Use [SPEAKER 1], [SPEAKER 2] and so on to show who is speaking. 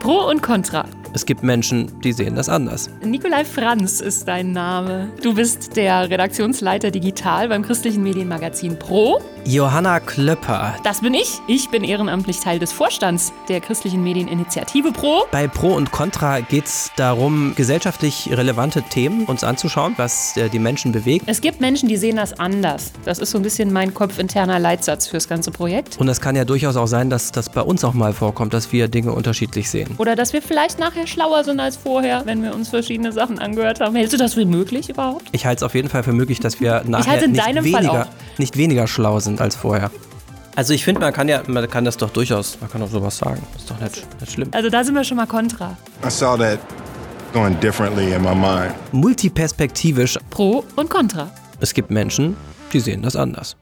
[SPEAKER 1] Pro und Contra.
[SPEAKER 2] Es gibt Menschen, die sehen das anders.
[SPEAKER 1] Nikolai Franz ist dein Name. Du bist der Redaktionsleiter Digital beim christlichen Medienmagazin Pro.
[SPEAKER 2] Johanna Klöpper.
[SPEAKER 1] Das bin ich. Ich bin ehrenamtlich Teil des Vorstands der christlichen Medieninitiative Pro.
[SPEAKER 2] Bei Pro und Contra geht es darum, gesellschaftlich relevante Themen uns anzuschauen, was äh, die Menschen bewegt.
[SPEAKER 1] Es gibt Menschen, die sehen das anders. Das ist so ein bisschen mein kopfinterner Leitsatz fürs ganze Projekt.
[SPEAKER 2] Und das kann ja durchaus auch sein, dass das bei uns auch mal vorkommt, dass wir Dinge unterschiedlich sehen.
[SPEAKER 1] Oder dass wir vielleicht nachher schlauer sind als vorher, wenn wir uns verschiedene Sachen angehört haben. Hältst du das für möglich überhaupt?
[SPEAKER 2] Ich halte es auf jeden Fall für möglich, dass wir nachher
[SPEAKER 1] halte in
[SPEAKER 2] nicht
[SPEAKER 1] deinem Fall
[SPEAKER 2] weniger,
[SPEAKER 1] auch.
[SPEAKER 2] nicht weniger schlau sind als vorher. Also ich finde, man kann ja, man kann das doch durchaus, man kann doch sowas sagen. Ist doch nicht, nicht schlimm.
[SPEAKER 1] Also da sind wir schon mal Contra.
[SPEAKER 3] I saw that going differently in my mind.
[SPEAKER 2] Multiperspektivisch,
[SPEAKER 1] Pro und Contra.
[SPEAKER 2] es gibt Menschen, die sehen das anders.